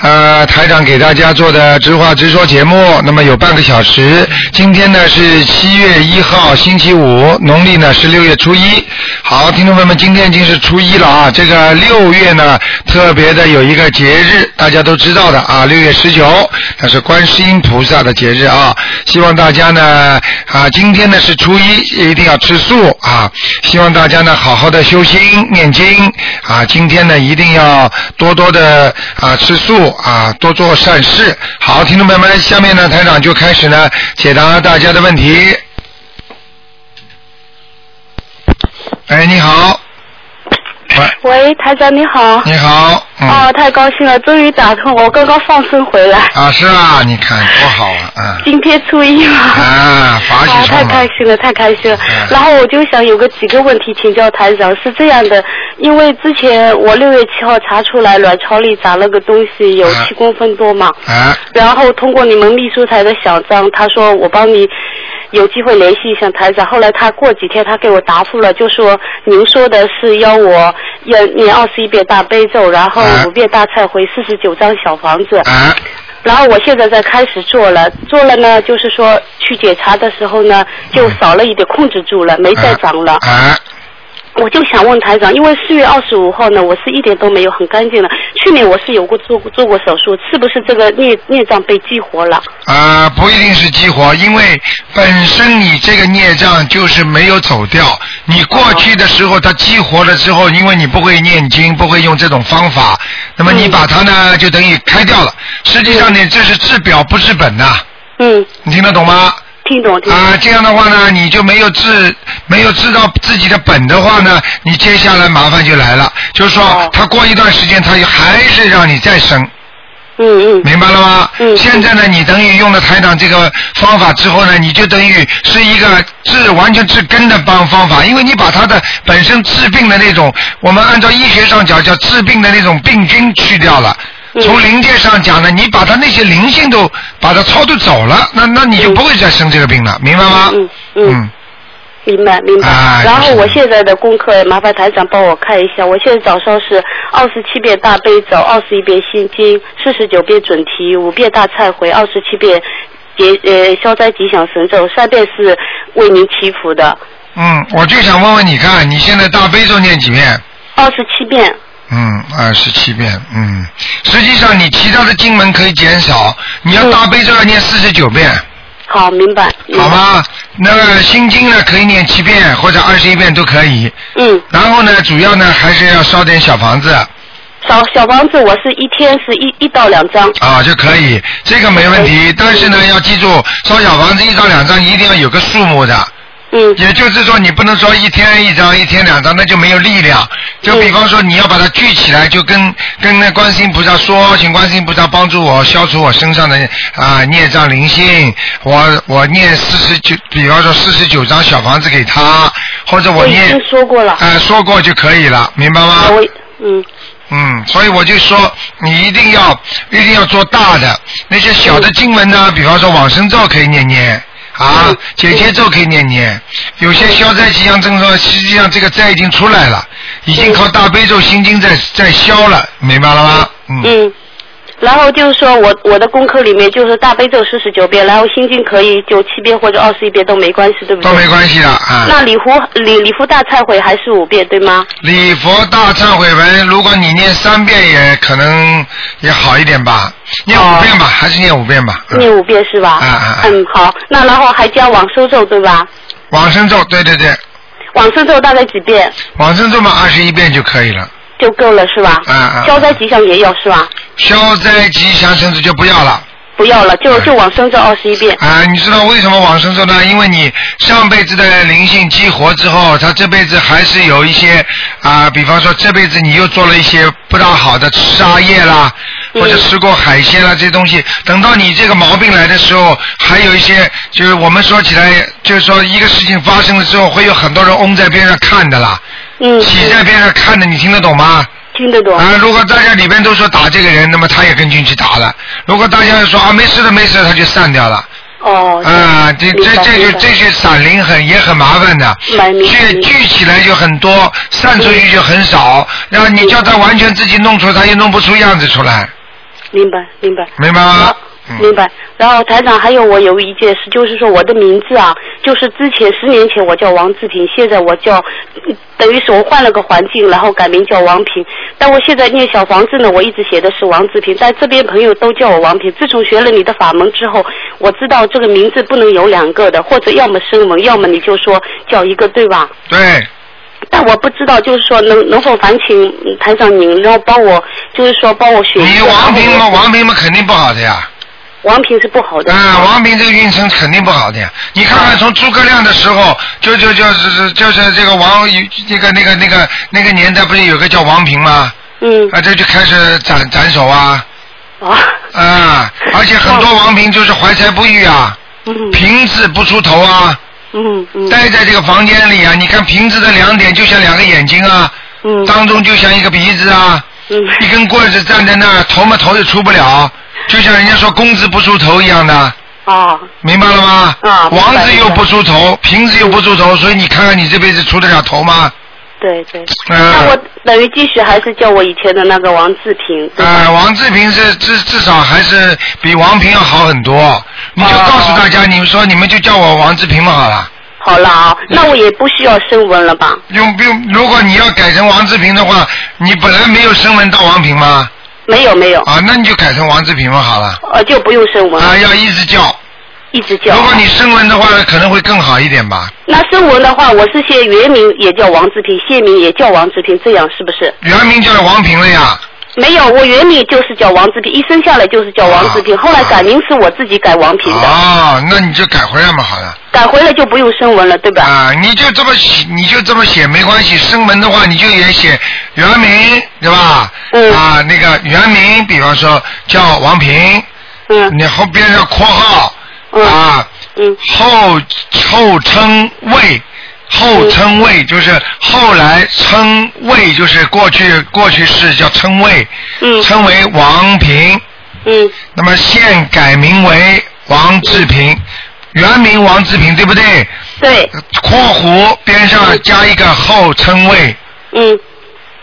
呃台长给大家做的直话直说节目，那么有半个小时。今天呢是七月一号，星期五，农历呢是六月初一。好，听众朋友们，今天已经是初一了啊。这个六月呢特别的有一个节日，大家都知道的啊，六月十九，那是观世音菩萨的节日啊。希望大家呢啊，今天呢是初一，一定要吃素啊。希望大家呢好好的修心念经啊，今天呢一定要多多的啊吃素啊，多做善事。好，听众朋友们，下面呢台长就开始呢解答大家的问题。哎，你好，喂，喂，台长你好。你好，嗯，哦，太高兴了，终于打通，我刚刚放生回来，啊是啊，你看多好啊，嗯，今天初一嘛。啊，法啊，喜太充开满，心了，太开心了嗯！然后我就想有个几个问题请教台长，是这样的，因为之前我六月七号查出来卵巢里长了个东西，有嗯七公分多嘛，啊，然后通过你们秘书台的小张，他说我帮你有机会联系一下台长。后来他过几天他给我答复了，就说您说的是要我要念二十一遍大悲咒，然后啊五遍大忏悔，四十九张小房子。啊，然后我现在在开始做了，做了呢，就是说去检查的时候呢，就少了一点，控制住了，没再长了。啊，我就想问台长，因为四月二十五号呢，我是一点都没有很干净了。去年我是有过做过做过手术，是不是这个孽孽障被激活了？啊，不一定是激活，因为本身你这个孽障就是没有走掉。你过去的时候，它激活了之后，因为你不会念经，不会用这种方法，那么你嗯把它呢，就等于开掉了。实际上呢，这是治表不治本呐、嗯，你听得懂吗？听懂听懂。啊，这样的话呢，你就没有治，没有治到自己的本的话呢，你接下来麻烦就来了。就是说哦，他过一段时间，他还是让你再生。嗯 嗯明白了吗？嗯现在呢，你等于用了台长这个方法之后呢，你就等于是一个治完全治根的方方法，因为你把它的本身治病的那种，我们按照医学上讲叫治病的那种病菌去掉了。嗯从灵界上讲呢，你把它那些灵性都把它超度走了，那那你就不会再生这个病了，明白吗？嗯嗯，明白明白啊。然就后是我现在的功课，麻烦台长帮我看一下。我现在早上是二十七遍大悲咒，二十一遍心经，四十九遍准提，五遍大忏悔，二十七遍节呃消灾吉祥神咒，三遍是为您祈福的，嗯，我就想问问你看，你现在大悲咒念几遍？二十七遍。嗯，二十七遍，嗯，实际上你其他的经文可以减少，你要嗯大悲咒要念四十九遍，好，明白。明白好？吗？那个心经呢可以念七遍或者二十一遍都可以，嗯，然后呢主要呢还是要烧点小房子小小房子，我是一天是一一到两张。啊就可以，这个没问题。但是呢要记住，烧小房子一张两张一定要有个数目的，嗯也就是说，你不能说一天一张，一天两张，那就没有力量。就比方说，你要把它聚起来，就跟跟那观世音菩萨说，请观世音菩萨帮助我消除我身上的啊、孽障灵性。我我念四十九，比方说四十九张小房子给他，或者我我已念啊经说过了。呃说过就可以了，明白吗？我嗯嗯，所以我就说，你一定要一定要做大的。那些小的经文呢，比方说往生咒可以念念。啊嗯，解结咒可以念念，有些消灾吉祥症状，实际上这个灾已经出来了，已经靠大悲咒心经在在消了，明白了吗？嗯，嗯。然后就是说我我的功课里面就是大悲咒四十九遍，然后心经可以就七遍或者二十一遍都没关系，对不对都？没关系的啊。那礼佛礼礼佛大忏悔还是五遍对吗？礼佛大忏悔文，如果你念三遍也可能也好一点吧，念五遍吧，还是念五遍吧。嗯哦念五遍是吧？啊啊啊嗯，好。那然后还加往生咒对吧？往生咒，对对对，往生咒大概几遍往生咒嘛，二十一遍就可以了。就够了是吧？啊啊啊消灾吉祥也要是吧？消灾吉祥神咒就不要了不要了，就嗯就往生咒二十一遍。啊！你知道为什么往生咒呢？因为你上辈子的灵性激活之后，他这辈子还是有一些啊，比方说这辈子你又做了一些不大好的杀业啦，嗯或者吃过海鲜啦这些东西，等到你这个毛病来的时候，还有一些就是我们说起来，就是说一个事情发生了之后，会有很多人嗡在边上看的啦，嗯。挤在边上看的，你听得懂吗？听得懂。啊，如果大家里边都说打这个人，那么他也跟进去打了；如果大家说啊没事的没事的，他就散掉了。哦。啊，这明这白这明就白这些散灵很也很麻烦的，蛮明白聚明白聚起来就很多，散出去就很少。然后你叫他完全自己弄出，他又弄不出样子出来，明白明白。明白吗好？嗯。明白。然后台长还有我有一件事，就是说我的名字啊，就是之前十年前我叫王志平，现在我叫，嗯等于是我换了个环境，然后改名叫王平。但我现在念小房子呢，我一直写的是王志平，但这边朋友都叫我王平。自从学了你的法门之后，我知道这个名字不能有两个的，或者要么声纹，要么你就说叫一个，对吧？对，但我不知道，就是说能能否烦请嗯台长您，然后帮我，就是说帮我选一你个。王平嘛，然后我王平嘛肯定不好的呀。王平是不好的。啊，王平这个运程肯定不好的呀。你看看从诸葛亮的时候，就就就是就是这个王那个那个那个那个年代，不是有个叫王平吗？嗯啊，这就开始斩斩首啊啊，啊！而且很多王平就是怀才不遇啊，嗯平字不出头啊，嗯嗯待在这个房间里啊。你看平字的两点就像两个眼睛啊，嗯当中就像一个鼻子啊，嗯一根棍子站在那儿，头嘛头也出不了，就像人家说公子不出头一样的。啊明白了吗？啊明白王字又不出头，平字又不出头，所以你看看你这辈子出得了头吗？对对，那我呃，等于继续还是叫我以前的那个王志平，对吧？呃，王志平是至至少还是比王平要好很多。你就告啊诉大家，你们说你们就叫我王志平嘛好了。好了啊，嗯那我也不需要声纹了吧？用不用？如果你要改成王志平的话，你本来没有声纹到王平吗？没有没有，啊，那你就改成王志平嘛好了。呃，就不用声纹，啊，要一直叫。一直叫如。果你声纹的话，可能会更好一点吧。那声纹的话，我是写原名也叫王志平，现名也叫王志平，这样是不是？原名叫王平了呀。没有，我原名就是叫王志平，一生下来就是叫王志平，啊后来改名是我自己改王平的，哦，那你就改回来嘛好了。改回来就不用声纹了，对吧？啊，你就这么写，你就这么写没关系。生门的话，你就也写原名，对吧？嗯啊，那个原名，比方说叫王平，嗯你后边要括号、嗯啊，嗯后后称谓，嗯后称谓就是后来称谓，就是过去过去式叫称谓，嗯称为王平。嗯，那么现改名为王志平，原名王志平，对不对？对，括弧边上加一个后称谓，嗯，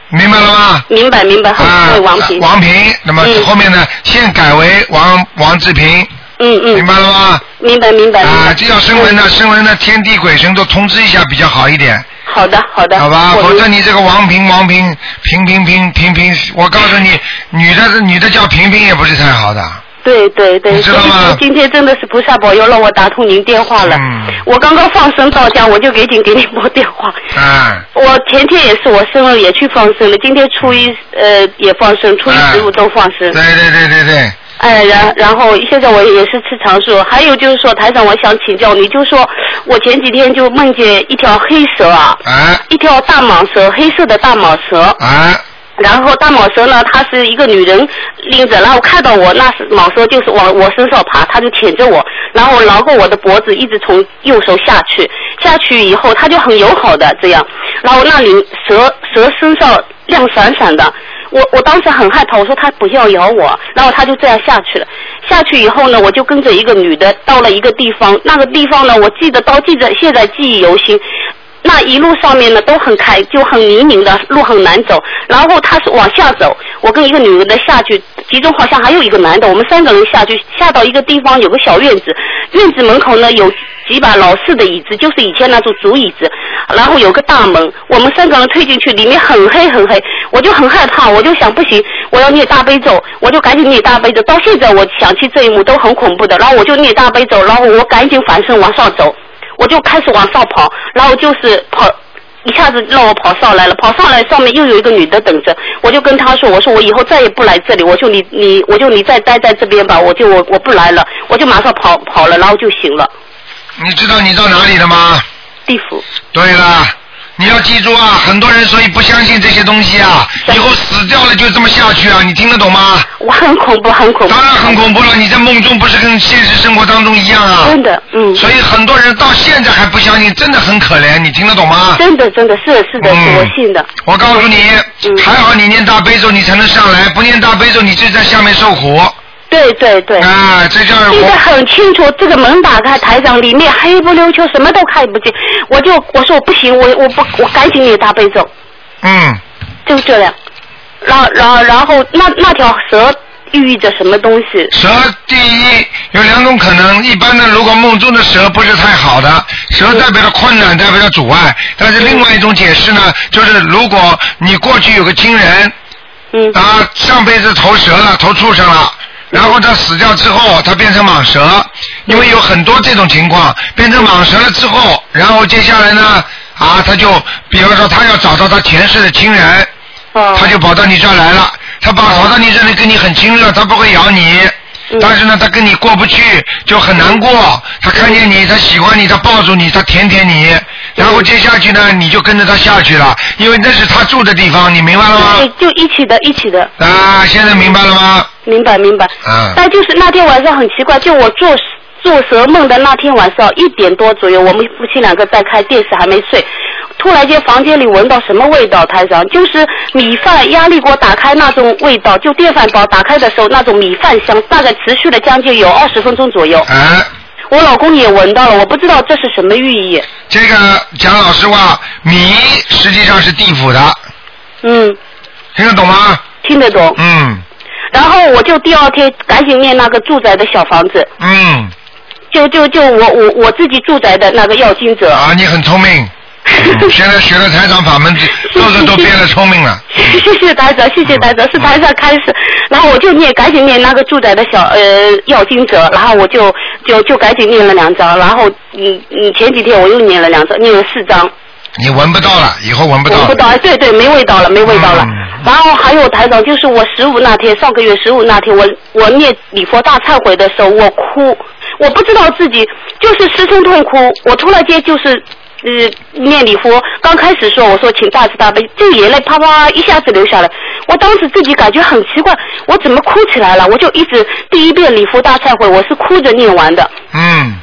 明白了吗？明白明白，好，啊，对王平，王平，那么嗯后面呢，现改为王王志平，嗯嗯明。白了吗？明白明白明白。啊，这要声纹呢，声纹呢，天地鬼神都通知一下比较好一点，好的好的。好吧？我否明则你这个王平王平平平平平平，我告诉你，女的女的叫平平也不是太好的，对对对，你知道吗所以说今天真的是菩萨保佑，让我打通您电话了。嗯我刚刚放生到家，我就赶紧给你拨电话。啊，我前天也是我生日也去放生了，今天初一呃也放生，初一嗯哎十五都放生对。对对对对，哎，然然后现在我也是吃长寿，还有就是说，台长，我想请教你，就说我前几天就梦见一条黑蛇啊，啊一条大蟒蛇，黑色的大蟒蛇。啊然后大蟒蛇呢，它是一个女人拎着，然后看到我，那是蟒蛇就是往我身上爬，它就舔着我，然后挠过我的脖子，一直从右手下去，下去以后它就很友好的这样，然后那里蛇蛇身上亮闪闪的。我我当时很害怕，我说它不要咬我，然后它就这样下去了。下去以后呢，我就跟着一个女的到了一个地方，那个地方呢，我记得到记着，现在记忆犹新。那一路上面呢都很开，就很泥泞的路很难走。然后他是往下走，我跟一个女的下去，其中好像还有一个男的，我们三个人下去，下到一个地方有个小院子，院子门口呢有几把老式的椅子，就是以前那种竹椅子，然后有个大门，我们三个人推进去，里面很黑很黑，我就很害怕，我就想不行，我要念大悲咒，我就赶紧念大悲咒。到现在我想起这一幕都很恐怖的，然后我就念大悲咒，然后我赶紧反身往上走。我就开始往上跑，然后就是跑，一下子让我跑上来了，跑上来上面又有一个女的等着，我就跟她说，我说我以后再也不来这里，我就你你我就你再待在这边吧，我就我我不来了，我就马上跑跑了，然后就醒了，你知道你到哪里了吗？地府，对了，你要记住啊，很多人所以不相信这些东西啊，以后死掉了就这么下去啊，你听得懂吗？我很恐怖，很恐怖当，然很恐怖了，你在梦中不是跟现实生活当中一样啊？真的，嗯，所以很多人到现在还不相信，真的很可怜，你听得懂吗？真的真的是是的，啊嗯是我信的，我告诉你，嗯还好你念大悲咒，你才能上来；不念大悲咒，你就在下面受苦。对对对。啊，这叫记我得很清楚，这个门打开，台长里面黑不溜秋，什么都看不见。我就我说我不行，我我不我赶紧念大悲咒，嗯，就这样。然后然后然后那那条蛇寓意着什么东西？蛇第一有两种可能，一般的如果梦中的蛇不是太好的，蛇代表着困难，代表着阻碍。但是另外一种解释呢，就是如果你过去有个亲人嗯，啊，上辈子投蛇了，投畜生了。然后他死掉之后，他变成蟒蛇，因为有很多这种情况，变成蟒蛇了之后，然后接下来呢，啊，他就，比方说他要找到他前世的亲人，哦，他就跑到你这儿来了，他跑跑到你这里跟你很亲热，他不会咬你。嗯但是呢，他跟你过不去，就很难过。他看见嗯你，他喜欢你，他抱住你，他舔舔你，然后接下去嗯呢，你就跟着他下去了，因为那是他住的地方，你明白了对吗？，就一起的，一起的，啊，现在明白了吗？明白明白。啊，但就是那天晚上很奇怪，就我做做蛇梦的那天晚上一点多左右，我们夫妻两个在看电视还没睡，突然间房间里闻到什么味道？台长，就是米饭压力锅打开那种味道，就电饭煲打开的时候那种米饭香，大概持续了将近有二十分钟左右。哎，我老公也闻到了，我不知道这是什么寓意。这个讲老实话，米实际上是地府的，嗯，听得懂吗？听得懂。嗯然后我就第二天赶紧念那个住宅的小房子，嗯，就就就我我我自己住宅的那个要经者。 啊，你很聪明，嗯现在学了财长法 门，做的都变得聪明了。谢谢台长，谢谢台长，是台长开始，然后我就念，赶紧念那个住宅的小呃要经者，然后我就就就赶紧念了两张，然后嗯嗯前几天我又念了两张，念了四张，你闻不到了，以后闻不到闻了。不到，哎对对，没味道了，没味道了。嗯然后还有台长，就是我十五那天，上个月十五那天，我我念礼佛大忏悔的时候，我哭，我不知道自己就是失声痛哭，我突然间就是。呃，念礼佛，刚开始说我说请大慈大悲，这眼泪啪啪一下子流下来。我当时自己感觉很奇怪，我怎么哭起来了？我就一直第一遍礼佛大忏悔，我是哭着念完的。嗯，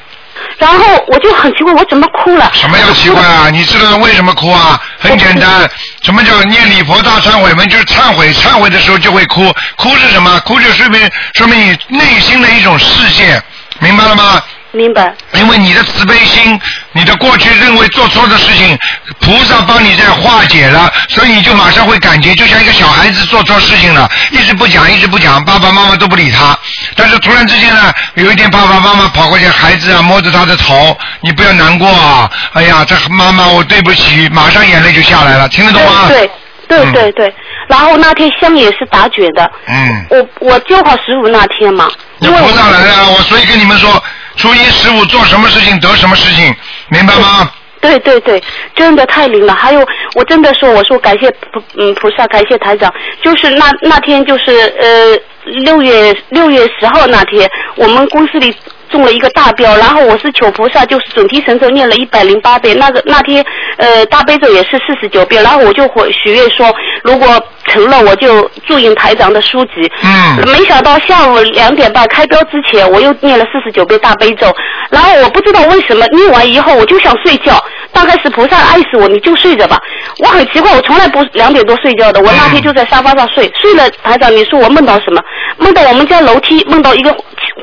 然后我就很奇怪，我怎么哭了？什么叫奇怪啊？你知道为什么哭啊？很简单，什么叫念礼佛大忏悔文？就是忏悔，忏悔的时候就会哭。哭是什么？哭就说明说明你内心的一种视线，明白了吗？明白，因为你的慈悲心，你的过去认为做错的事情，菩萨帮你在化解了，所以你就马上会感觉就像一个小孩子做错事情了，一直不讲，一直不讲，爸爸妈妈都不理他。但是突然之间呢，有一天爸爸妈妈跑过去，孩子啊摸着他的头，你不要难过啊，哎呀，这妈妈我对不起，马上眼泪就下来了，听得懂吗？对对嗯对对。然后那天香也是打卷的，嗯，我我交好十五那天嘛，你因为菩萨来我了，我所以跟你们说，初一十五做什么事情得什么事情，明白吗？对对对，真的太灵了。还有，我真的说，我说感谢菩嗯菩萨，感谢台长。就是那那天就是呃六月六月十号那天，我们公司里中了一个大标，然后我是求菩萨，就是准提神咒念了一百零八遍，那个那天呃大悲咒也是四十九遍，然后我就回许愿说，如果成了我就注印台长的书籍。嗯没想到下午两点半开标之前，我又念了四十九遍大悲咒，然后我不知道为什么念完以后我就想睡觉，大概是菩萨爱死我，你就睡着吧。我很奇怪，我从来不两点多睡觉的，我那天就在沙发上睡，睡了台长，你说我梦到什么？梦到我们家楼梯，梦到一个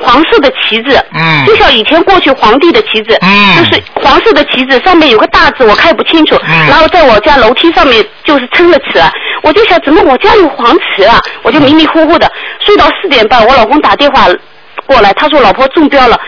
黄色的旗帜，嗯就像以前过去皇帝的旗帜，嗯就是黄色的旗帜上面有个大字，我看不清楚，嗯然后在我家楼梯上面就是撑了起来。我就想，怎么我家有黄旗啊？我就迷迷糊糊的睡到四点半，我老公打电话过来，他说老婆中标了。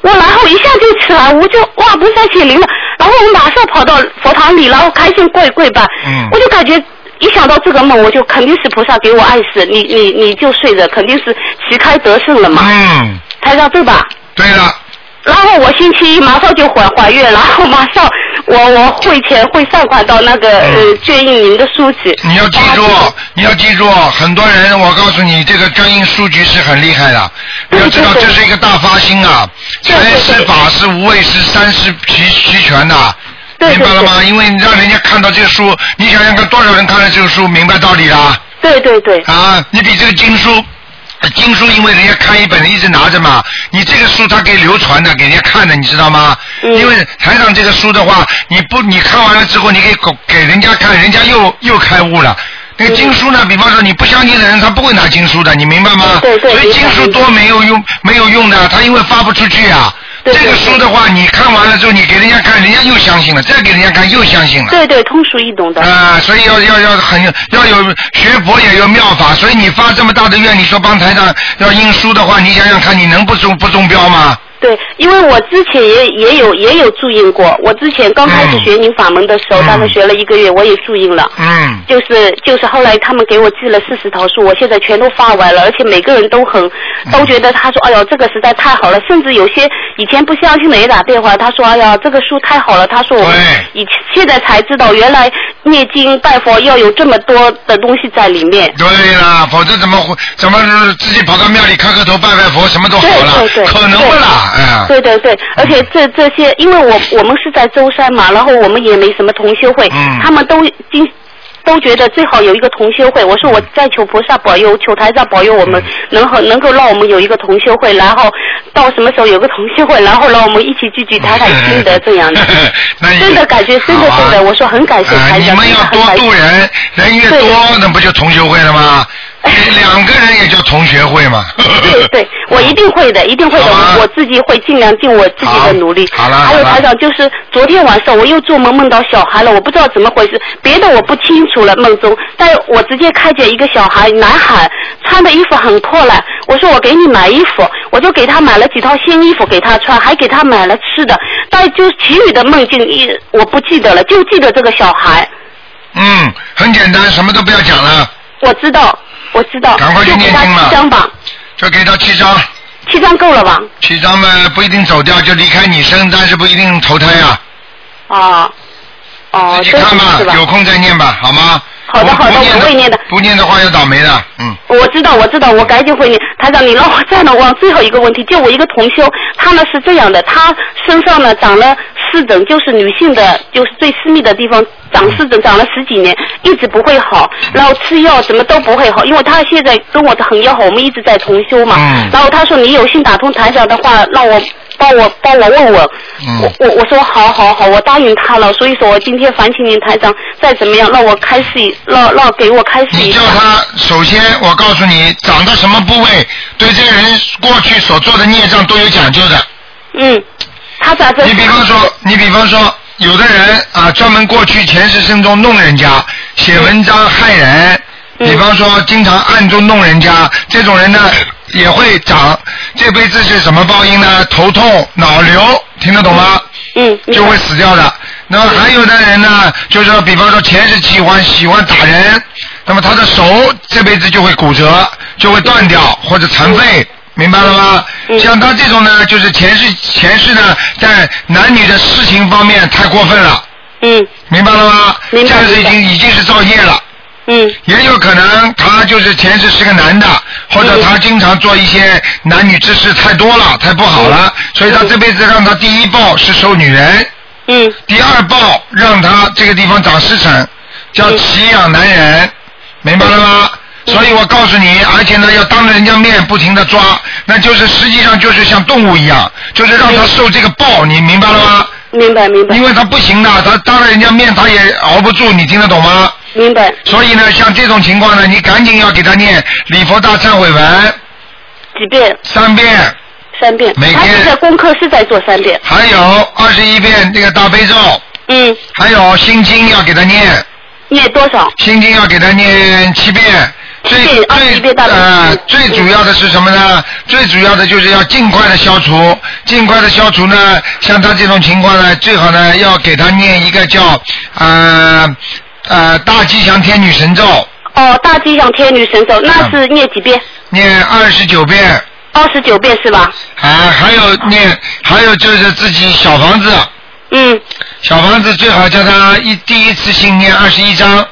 我然后一下就起来，我就哇不三显灵了，然后我马上跑到佛堂里，然后开心跪跪拜。嗯我就感觉一想到这个梦，我就肯定是菩萨给我暗示，你你你就睡着，肯定是旗开得胜了嘛，嗯，台长对吧？对了。然后我星期一马上就还还愿，然后马上我我汇钱会善款到那个呃捐印您的书籍。嗯你要记住，你要记住，很多人，我告诉你，这个专营书局是很厉害的。你要知道，对这对对是一个大发心啊，对对财对是法是无畏是三是齐齐全的。对明白了吗？对对因为你让人家看到这个书，你想想看多少人看了这个书，明白道理啦？对对对，啊，你比这个经书，经书因为人家看一本一直拿着嘛，你这个书它给流传的，给人家看的，你知道吗？嗯因为台上这个书的话，你不你看完了之后，你给给人家看，人家又又开悟了。那个经书呢，比方说你不相信的人，他不会拿经书的，你明白吗？嗯对对所以明白经书明白多没有用，没有用的，他因为发不出去啊。对对这个书的话，你看完了之后，你给人家看，人家又相信了，再给人家看又相信了。对对，通俗易懂的。啊、所以要要要很要有学佛也有妙法，所以你发这么大的愿，你说帮台长要印书的话，你想想看，你能不中不中标吗？对，因为我之前也也有也有注印过，我之前刚开始学您法门的时候，嗯大概学了一个月，我也注印了。嗯，就是就是后来他们给我寄了四十桃树，我现在全都发完了，而且每个人都很嗯都觉得他说，哎呦，这个实在太好了，甚至有些以前不相信的也打电话，他说，哎呀，这个书太好了，他说我对以现在才知道原来念经拜佛要有这么多的东西在里面。对啦，否则怎么会怎么自己跑到庙里磕磕头拜拜佛，什么都好了，对对对可能不啦，哎、对对对，而且这这些，因为我我们是在舟山嘛，然后我们也没什么同修会，嗯。他们都经都觉得最好有一个同修会。我说我在求菩萨保佑，求台上保佑我们能和能够让我们有一个同修会，然后到什么时候有个同修会，然后让我们一起聚聚谈谈心得这样的 那也真的感觉真的好啊真的，我说很感谢啊台你长，们真的要很多感度谢。人，人越对多，那不就同学会了 吗？两个人也叫同学会嘛。对对，我一定会的，一定会的，好啊我我自己会尽量尽我自己好的努力。好了还有好了台长，就是昨天晚上我又做梦梦到小孩了，我不知道怎么回事，别的我不清楚了梦中，但我直接看见一个小孩，男孩穿的衣服很破烂，我说我给你买衣服，我就给他买了几套新衣服给他穿，还给他买了吃的，但就是其余的梦境一我不记得了，就记得这个小孩，嗯，很简单，什么都不要讲了，我知道，我知道，赶快去就给念他经了七张吧，就给他七张。七张够了吧？七张嘛，不一定走掉，就离开你身，但是不一定投胎啊。啊，哦，自己这看样吧是，吧？有空再念吧，好吗？好的不好的不念我会念的不念的话要倒霉的，嗯。我知道，我知道，我赶紧回你。台长，你让我再能忘最后一个问题，就我一个同修，她呢是这样的，她身上呢长了湿疹，就是女性的，就是最私密的地方长湿疹，长了十几年，一直不会好，嗯然后吃药什么都不会好，因为她现在跟我很要好，我们一直在同修嘛。嗯然后她说你有幸打通台长的话，让我帮我帮我问问。嗯我我我说好好好，我答应她了，所以说我今天烦请您台长再怎么样让我开示一，让让给我开示你一下叫。他，首先我告诉你，长到什么部位，对这个人过去所做的孽障都有讲究的。嗯，他咋这？你比方 说，你比方说，有的人啊，专门过去前世生中弄人家，写文章害人。嗯比方说，经常暗中弄人家，这种人呢也会长，这辈子是什么报应呢？头痛、脑瘤，听得懂吗？嗯，明白就会死掉的。那么还有的人呢，就是说，比方说前世喜欢喜欢打人，那么他的手这辈子就会骨折，就会断掉或者残废，明白了吗？嗯像他这种呢，就是前世前世呢，在男女的事情方面太过分了，嗯明白了吗？明白这个是已明经已经是造业了。嗯也有可能他就是前世是个男的，或嗯者他经常做一些男女之事太多了，太不好了，所以他这辈子让他第一报是收女人，嗯第二报让他这个地方长湿疹，叫奇痒难忍，明白了吗？所以我告诉你，而且呢，要当着人家面不停的抓，那就是实际上就是像动物一样，就是让他受这个报，你明白了吗？明白明白因为他不行的，他当着人家面他也熬不住，你听得懂吗？明白，所以呢，像这种情况呢，你赶紧要给他念礼佛大忏悔文几遍三遍，三遍，每天他现在功课是在做三遍，还有二十一遍这个大悲咒，嗯，还有心经要给他念，念多少？心经要给他念七遍。最七遍21最遍大悲咒呃，最主要的是什么呢？最主要的就是要尽快的消除，尽快的消除呢，像他这种情况呢，最好呢要给他念一个叫呃呃大吉祥天女神咒，哦，大吉祥天女神咒，嗯那是念几遍？念二十九遍。二十九遍是吧？啊，还有念，还有就是自己小房子，嗯，小房子最好叫他一第一次性念二十一章，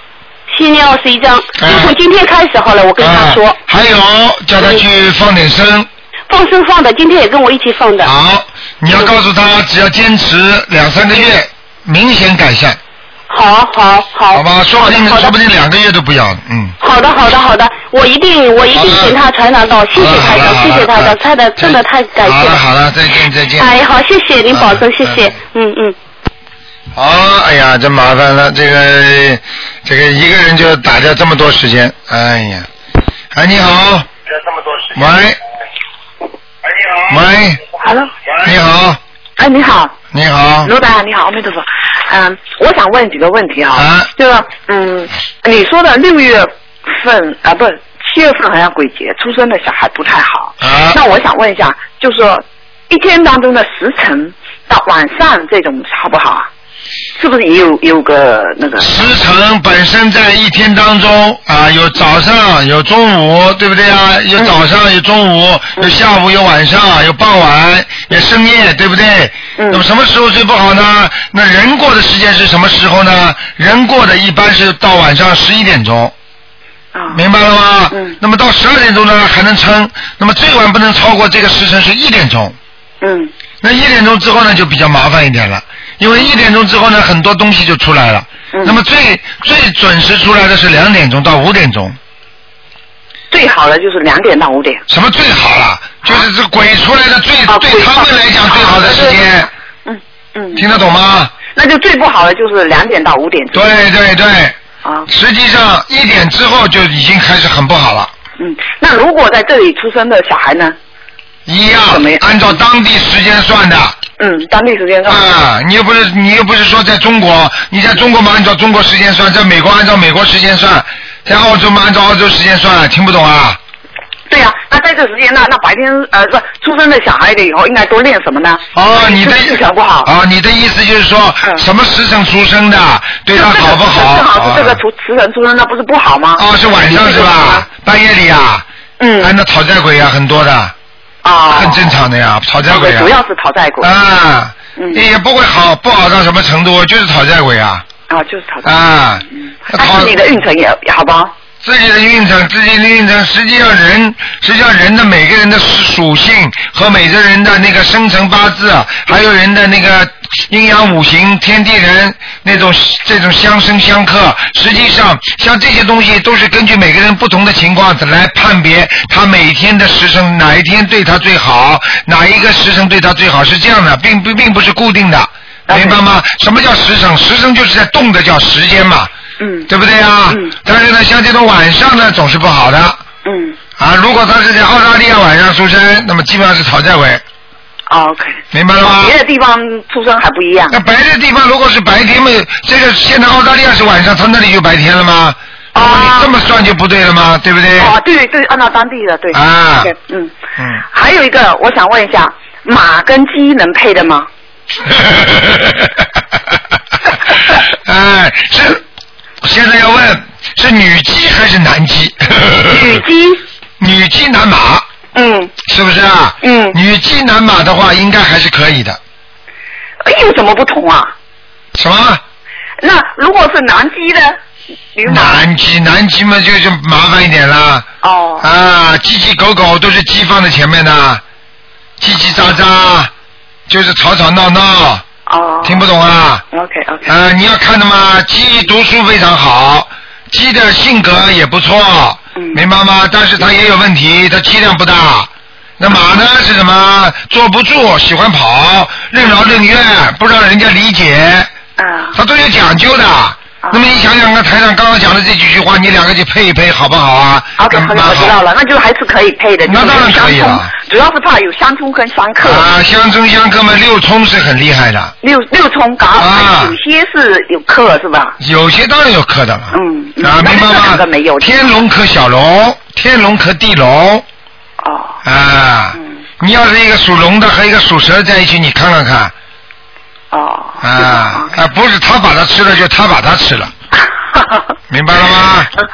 先念二十一章，嗯就从今天开始好了，我跟他说啊，，还有叫他去放点声，放生放的，今天也跟我一起放的，好，你要告诉他，只要坚持两三个月，明显改善，好好好，好吧？说不定好的说不定两个月都不要，嗯。好的，好的，好的，我一定，我一定好的请他传达到，谢谢台好了长，好谢了谢台好长，了太的真的再太感好谢了了。好了，再见再见。哎，好，谢谢您保重，嗯谢谢嗯，嗯嗯。好，哎呀，真麻烦了，这个这个一个人就打掉这么多时间，哎呀，哎你好，喂，喂， Hello，你好，哎，你好，你好，罗达，你好，阿弥陀佛。嗯，我想问几个问题啊，啊就是嗯，你说的六月份啊，不，七月份好像鬼节出生的小孩不太好。啊那我想问一下，就是说一天当中的时辰到晚上这种好不好啊？是不是也有有个那个？时辰本身在一天当中啊，有早上，有中午，对不对啊？嗯有早上，有中午，有下午，有晚上，有傍晚，有深夜，对不对？嗯那么什么时候最不好呢？那人过的时间是什么时候呢？人过的一般是到晚上十一点钟，啊，明白了吗？嗯那么到十二点钟呢还能撑，那么最晚不能超过这个时辰是一点钟。嗯那一点钟之后呢，就比较麻烦一点了，因为一点钟之后呢，很多东西就出来了。嗯那么最最准时出来的是两点钟到五点钟，最好的就是两点到五点。什么最好了？就是这鬼出来的最、啊对鬼他们来讲最好的时间，嗯嗯，听得懂吗？那就最不好的就是两点到五点。对对对，啊，实际上一点之后就已经开始很不好了，嗯，那如果在这里出生的小孩呢？一样怎么样按照当地时间算的嗯，当地时间上。啊，你又不是你又不是说在中国，你在中国嘛按照中国时间算，在美国按照美国时间算，在澳洲嘛按照澳洲时间算，听不懂啊？对呀、那在这时间那那白天呃不出生的小孩的以后应该多练什么呢？哦，你的身体好不好？哦，你的意思就是说，嗯什么时辰出生的，对他好不好？正好是这个哦出时辰出生，那不是不好吗？哦，是晚上是吧？半夜里啊，嗯哎，那讨债鬼呀，很多的，啊，很正常的呀，讨债鬼主呀，要是讨债鬼啊啊，嗯也不会好，不好到什么程度，就是讨债鬼啊，就是讨债。啊，但嗯是你的运程也也好不好？自己的运程，自己的运程，实际上人，实际上人的每个人的属性和每个人的那个生辰八字，啊还有人的那个阴阳五行、天地人那种这种相生相克，实际上像这些东西都是根据每个人不同的情况来判别他每天的时辰哪一天对他最好，哪一个时辰对他最好是这样的，并不并不是固定的，当明然白吗？什么叫时辰？时辰就是在动的叫时间嘛。嗯对不对啊？嗯但是呢，像这种晚上呢，总是不好的嗯啊。如果他是在澳大利亚晚上出生，那么基本上是讨债鬼，啊，OK。明白了吗？别的地方出生还不一样那白的地方如果是白天嘛，这个现在澳大利亚是晚上，他那里就白天了吗？那啊么你这么算就不对了吗？对不对？哦，对对，按照当地的对。啊 OK，嗯。嗯，还有一个，我想问一下，马跟鸡能配的吗？ 哎，是现在要问是女鸡还是男鸡？与鸡， 女鸡男马嗯是不是啊？嗯，女鸡男马的话，应该还是可以的。哎有什么不同啊？什么？那如果是男鸡的女马，南极，南极嘛就就麻烦一点啦。哦，啊，鸡鸡狗狗都是鸡放在前面的，叽叽喳喳，就是吵吵闹闹，哦，听不懂啊？ ，OK OK，呃，你要看的嘛，鸡读书非常好，鸡的性格也不错，嗯明白吗？但是它也有问题，它气量不大。那马呢是什么？坐不住，喜欢跑，任劳任怨，不让人家理解。啊，他都有讲究的。那么你想想看，台上刚刚讲的这几句话，你两个去配一配，好不好啊？ OK，好蛮的，好我知道了，那就还是可以配的，那就是当然可以相冲了主要是怕有相冲跟相克，啊，相中相克嘛，六冲是很厉害的，六六冲搞，啊有些是有克是吧？有些当然有克的了。嗯啊，那明白这两吗个没？有天龙克小龙，天龙克地龙哦，啊。嗯你要是一个属龙的和一个属蛇的在一起，你看看看哦，是啊吧啊，不是他把它吃了，就他把它吃了， OK 明白了吗？嗯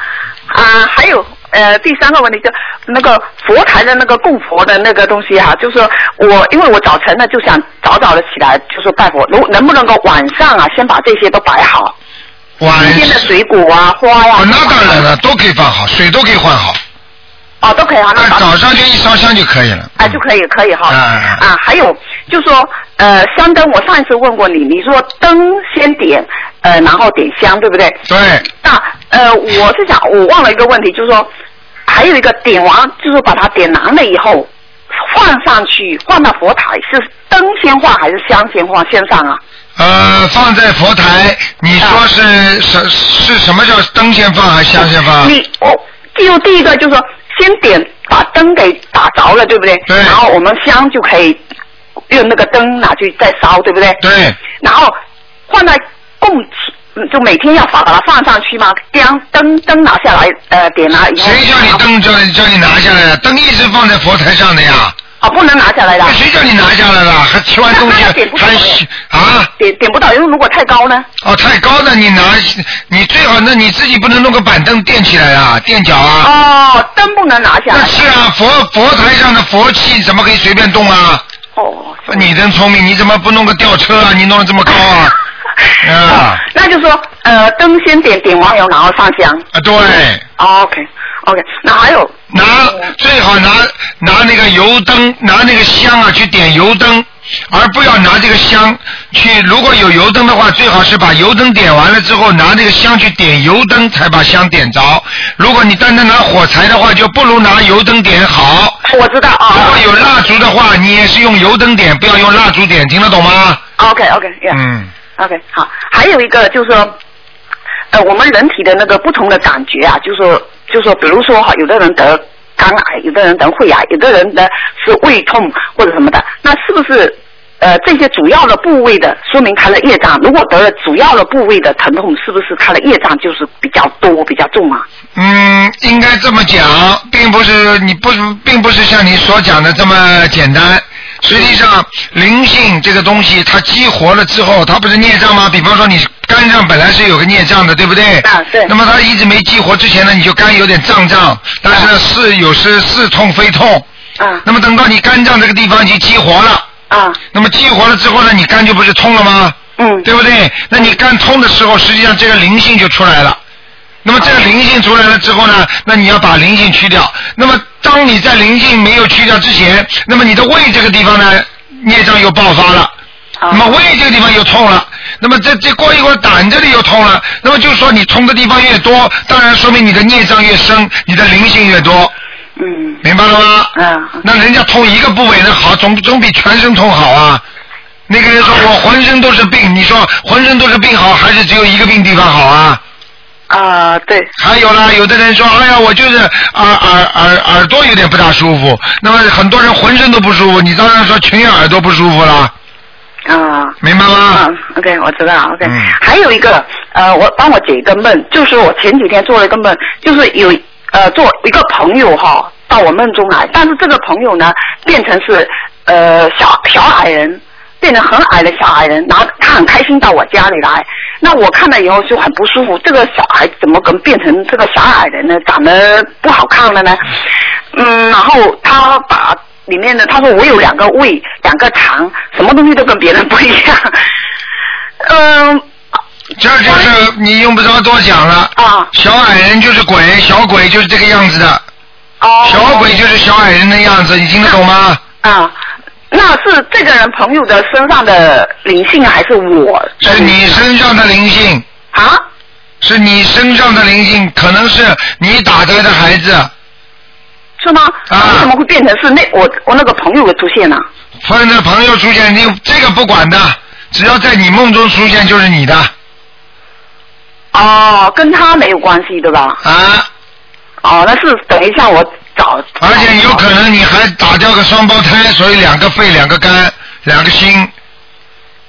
啊，还有呃，第三个问题就那个佛台的那个供佛的那个东西哈、就是说我因为我早晨呢就想早早的起来，就说拜佛，能能不能够晚上啊先把这些都摆好，晚哎新鲜的水果啊、花呀、哦，那当然了，都可以放好，水都可以换好。哦，都可以哈。那那早嗯上就一烧香就可以了。啊，就可以，可以哈。啊啊，还有就说，呃，香灯，我上一次问过你，你说灯先点，呃，然后点香，对不对？对，那呃，我是想，我忘了一个问题，就是说，还有一个点完，就是把它点燃了以后，放上去，放到佛台，是灯先放还是香先放？先上啊？呃，放在佛台，你说是什、是什么叫灯先放还是香先放？你我就第一个就是说，先点把灯给打着了，对不对？对然后我们香就可以用那个灯拿去再烧，对不对？对，然后放在供起，嗯就每天要把把它放上去嘛，将灯灯拿下来，呃，点燃以后。谁叫你？灯叫你叫你拿下来的？灯一直放在佛台上的呀，啊，不能拿下来的那。谁叫你拿下来的？还吃完 东西那那点不还出来啊？点点不到，因为如果太高呢，哦，太高的你拿，你最好那你自己不能弄个板凳垫起来啊，垫脚啊。哦，灯不能拿下那来。是啊，佛佛台上的佛器怎么可以随便动啊？哦。你真聪明，你怎么不弄个吊车啊？你弄得这么高啊？啊 哦那就说，呃，灯先点，点完以后然后上香。啊，对，哦 OK OK，那还有拿最好拿拿那个油灯，拿那个香啊去点油灯，而不要拿这个香去。如果有油灯的话，最好是把油灯点完了之后，拿这个香去点油灯，才把香点着。如果你单单拿火柴的话，就不如拿油灯点好。我知道如果啊、有蜡烛的话，你也是用油灯点，不要用蜡烛点，听得懂吗？ o k OK yeah、嗯， OK，好，还有一个就是说，呃，我们人体的那个不同的感觉啊，就是说，就是说，比如说哈，有的人得肝癌，有的人得肺癌，有的人呢是胃痛或者什么的，那是不是呃这些主要的部位的，说明他的业障？如果得了主要的部位的疼痛，是不是他的业障就是比较多、比较重啊？嗯，应该这么讲，并不是你不并不是像你所讲的这么简单。实际上，灵性这个东西，它激活了之后，它不是孽障吗？比方说，你肝上本来是有个孽障的，对不对？啊对那么它一直没激活之前呢，你就肝有点胀胀，但是呢是有时似痛非痛。啊那么等到你肝脏这个地方已经激活了，啊，那么激活了之后呢，你肝就不是通了吗？嗯，对不对？那你肝通的时候，实际上这个灵性就出来了。那么这个灵性出来了之后呢，那你要把灵性去掉。那么当你在灵性没有去掉之前，那么你的胃这个地方呢，孽障又爆发了。啊那么胃这个地方又痛了，那么这这过一会儿胆这里又痛了，那么就是说你痛的地方越多，当然说明你的孽障越深，你的灵性越多，嗯明白了吗？嗯那人家痛一个部位那好，总总比全身痛好啊。那个人说我浑身都是病，你说浑身都是病好，还是只有一个病地方好啊？啊，对，还有啦，有的人说，哎呀，我就是耳耳耳耳朵有点不大舒服，那么很多人浑身都不舒服，你当然说全耳朵不舒服啦，啊。明白吗？嗯，OK，我知道，OK、嗯还有一个，呃，我帮我解一个梦，就是我前几天做了一个梦，就是有呃做一个朋友哈到我梦中来，但是这个朋友呢变成是呃小小矮人，变成很矮的小矮人，然后他很开心到我家里来，那我看了以后就很不舒服，这个小孩怎么可能变成这个小矮人呢？长得不好看了呢？嗯，然后他把里面的他说我有两个胃，两个肠，什么东西都跟别人不一样。嗯这就是你用不着多讲了。啊小矮人就是鬼，小鬼就是这个样子的，哦，小鬼就是小矮人的样子，你听得懂吗？啊，那是这个人朋友的身上的灵性啊还是我的是你身上的灵性。啊？是你身上的灵性，可能是你打胎的孩子，是吗？啊为什么会变成是那我我那个朋友的出现呢、或者那朋友出现，你这个不管的，只要在你梦中出现就是你的哦，跟他没有关系对吧？啊！哦，那是等一下我找。而且有可能你还打掉个双胞胎，所以两个肺、两个肝、两个心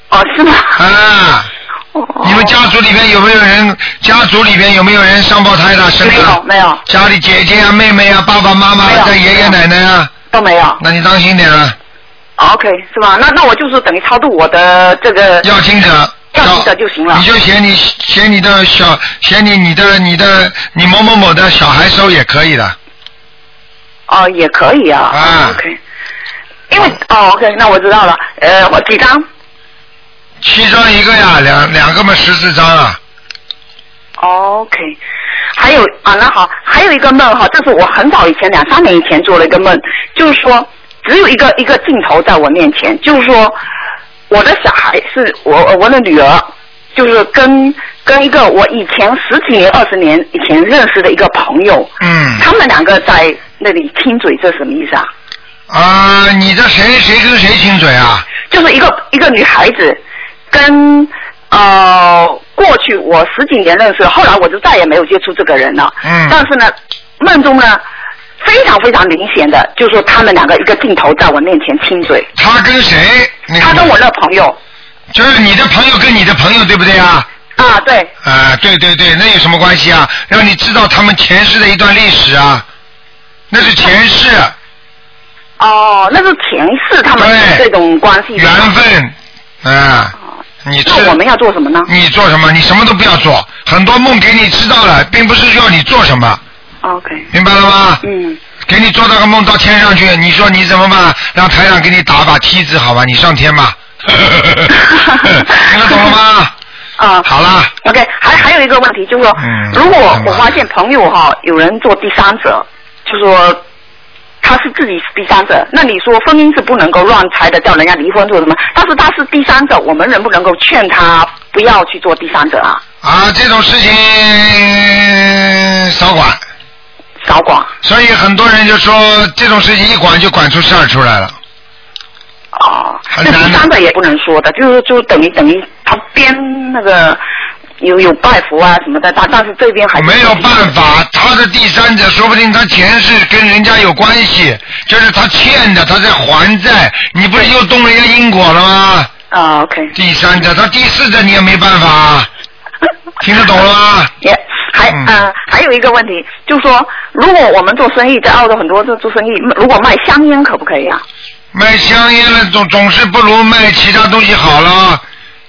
哦，是吗？啊！哦你们家族里面有没有人？家族里面有没有人双胞胎的、生没有的？没有家里姐姐啊、妹妹啊、爸爸妈妈没有啊、再爷爷奶奶啊，都没有。那你当心点啊了， OK，是吧？那那我就是等于超度我的这个要听者。呃要听者就行了你就嫌你嫌你的小嫌你你的你的你某某某的小孩收也可以的，哦，也可以啊。啊 OK，因为哦，OK，那我知道了。呃，我几张？嗯七张一个呀，两两个嘛十四张啊， OK，还还有啊，那好，还有一个梦哈，这是我很早以前两三年以前做了一个梦，就是说只有一个一个镜头在我面前，就是说我的小孩是我我的女儿，就是跟跟一个我以前十几年二十年以前认识的一个朋友，嗯他们两个在那里亲嘴，这什么意思啊？啊、你这谁谁跟谁亲嘴啊？就是一个一个女孩子跟呃过去我十几年认识，后来我就再也没有接触这个人了。嗯但是呢，梦中呢非常非常明显的，就是说他们两个一个镜头在我面前亲嘴，他跟谁？那个他跟我那朋友就是你的朋友跟你的朋友，对不对啊？啊，对啊，对对对，那有什么关系啊？让你知道他们前世的一段历史啊，那是前世哦，那是前世他们有对这种关系的。缘分，啊，你吃那我们要做什么呢？你做什么？你什么都不要做，很多梦给你知道了，并不是要你做什么，哦？OK，明白了吗？嗯，给你做到个梦到天上去，你说你怎么办？让台长给你打把梯子，好吧？你上天吧。听得懂了吗？啊，好啦， OK，还还有一个问题就是说，嗯如果干嘛我发现朋友哈有人做第三者，就说他是自己是第三者，那你说婚姻是不能够乱猜的，叫人家离婚做什么？但是他是第三者，我们能不能够劝他不要去做第三者啊？啊，这种事情少管。少管所以很多人就说这种事情一管就管出事儿出来了。哦，很那难的第三者也不能说的，就是就等于等于他编那个有有拜佛啊什么的，但但是这边还是没有办法，他的第三者说不定他前世跟人家有关系，就是他欠的，他在还债，你不是又动人家因果了吗？啊，OK，第三者，他第四者你也没办法，听得懂了吗？也还嗯呃还有一个问题，就是说，如果我们做生意，在澳洲很多做做生意，如果卖香烟可不可以啊？卖香烟了总总是不如卖其他东西好了，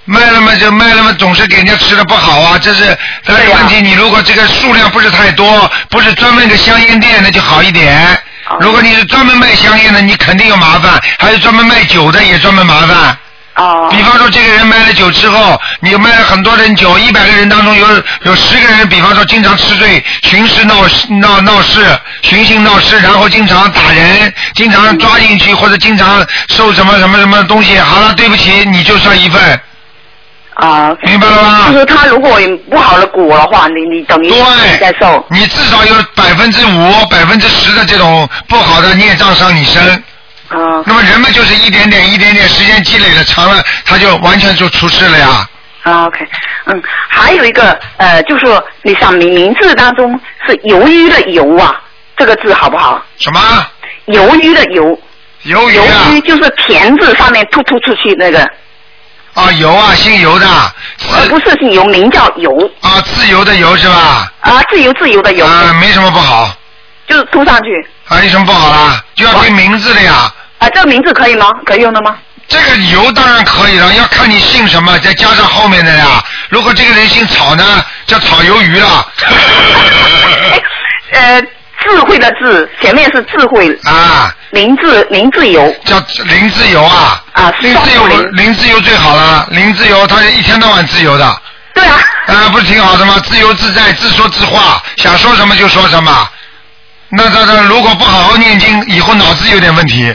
卖了嘛就卖了嘛，总是给人家吃的不好啊，这是但是对呀问题。你如果这个数量不是太多，不是专门一个香烟店，那就好一点哦。如果你是专门卖香烟的，你肯定有麻烦；还有专门卖酒的也专门麻烦。哦、比方说，这个人买了酒之后，你卖了很多人酒，一百个人当中有有十个人，比方说经常吃醉、巡视闹闹闹事、寻衅闹事，然后经常打人，经常抓进去或者经常受什么什么什么东西。好了，对不起，你就算一份，啊、o k 明白了吗？就是他如果有不好的果的话，你你等于对，你在受。你至少有百分之五、百分之十的这种不好的孽障上你身。嗯那么人们就是一点点、一点点时间积累的长了，他就完全就出事了呀。啊，OK，嗯，还有一个呃，就是说你想你名字当中是鱿鱼的鱿啊，这个字好不好？什么？鱿鱼的鱿，鱿鱼啊鱿鱼？就是田字上面突突出去那个，啊，油啊，姓油的，而自不是是油，名叫油啊自由的油是吧？啊，自由自由的油。啊，没什么不好，就是涂上去啊，有什么不好啦？就要听名字的呀。啊，这个名字可以吗？可以用的 吗？这个油当然可以了，要看你姓什么，再加上后面的呀。如果这个人姓草呢，叫草鱿鱼了。 哎呃，智慧的智，前面是智慧，啊，林志林志游叫林自由啊。啊林自由双木，林林自由最好了。林自由，他是一天到晚自由的，啊、对 啊，不是挺好的吗？自由自在，自说自话，想说什么就说什么。那他他如果不好好念经，以后脑子有点问题，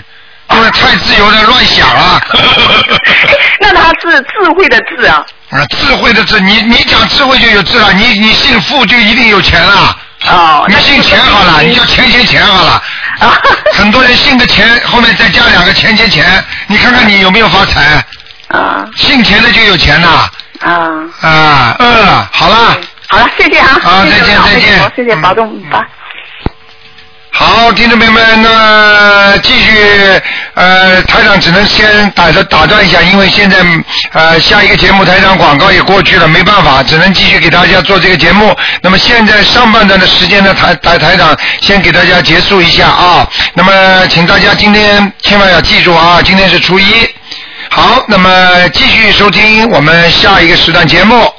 因为太自由了，乱想 了。那他是智慧的智啊。啊，智慧的智，你你讲智慧就有智了，你你姓傅就一定有钱了。哦，你那姓钱好了，你叫钱钱钱好了。啊，很多人姓个钱，后面再加两个钱钱钱，你看看你有没有发财？啊姓钱的就有钱呐，啊，啊，饿嗯了，好了，好了，谢谢啊，好谢谢再见老师再见谢谢嗯保重，拜。好，听众朋友们，那么继续，呃，台长只能先打着打断一下，因为现在呃下一个节目台长广告也过去了，没办法，只能继续给大家做这个节目。那么现在上半段的时间呢，台台台长先给大家结束一下啊。那么请大家今天千万要记住啊，今天是初一。好，那么继续收听我们下一个时段节目。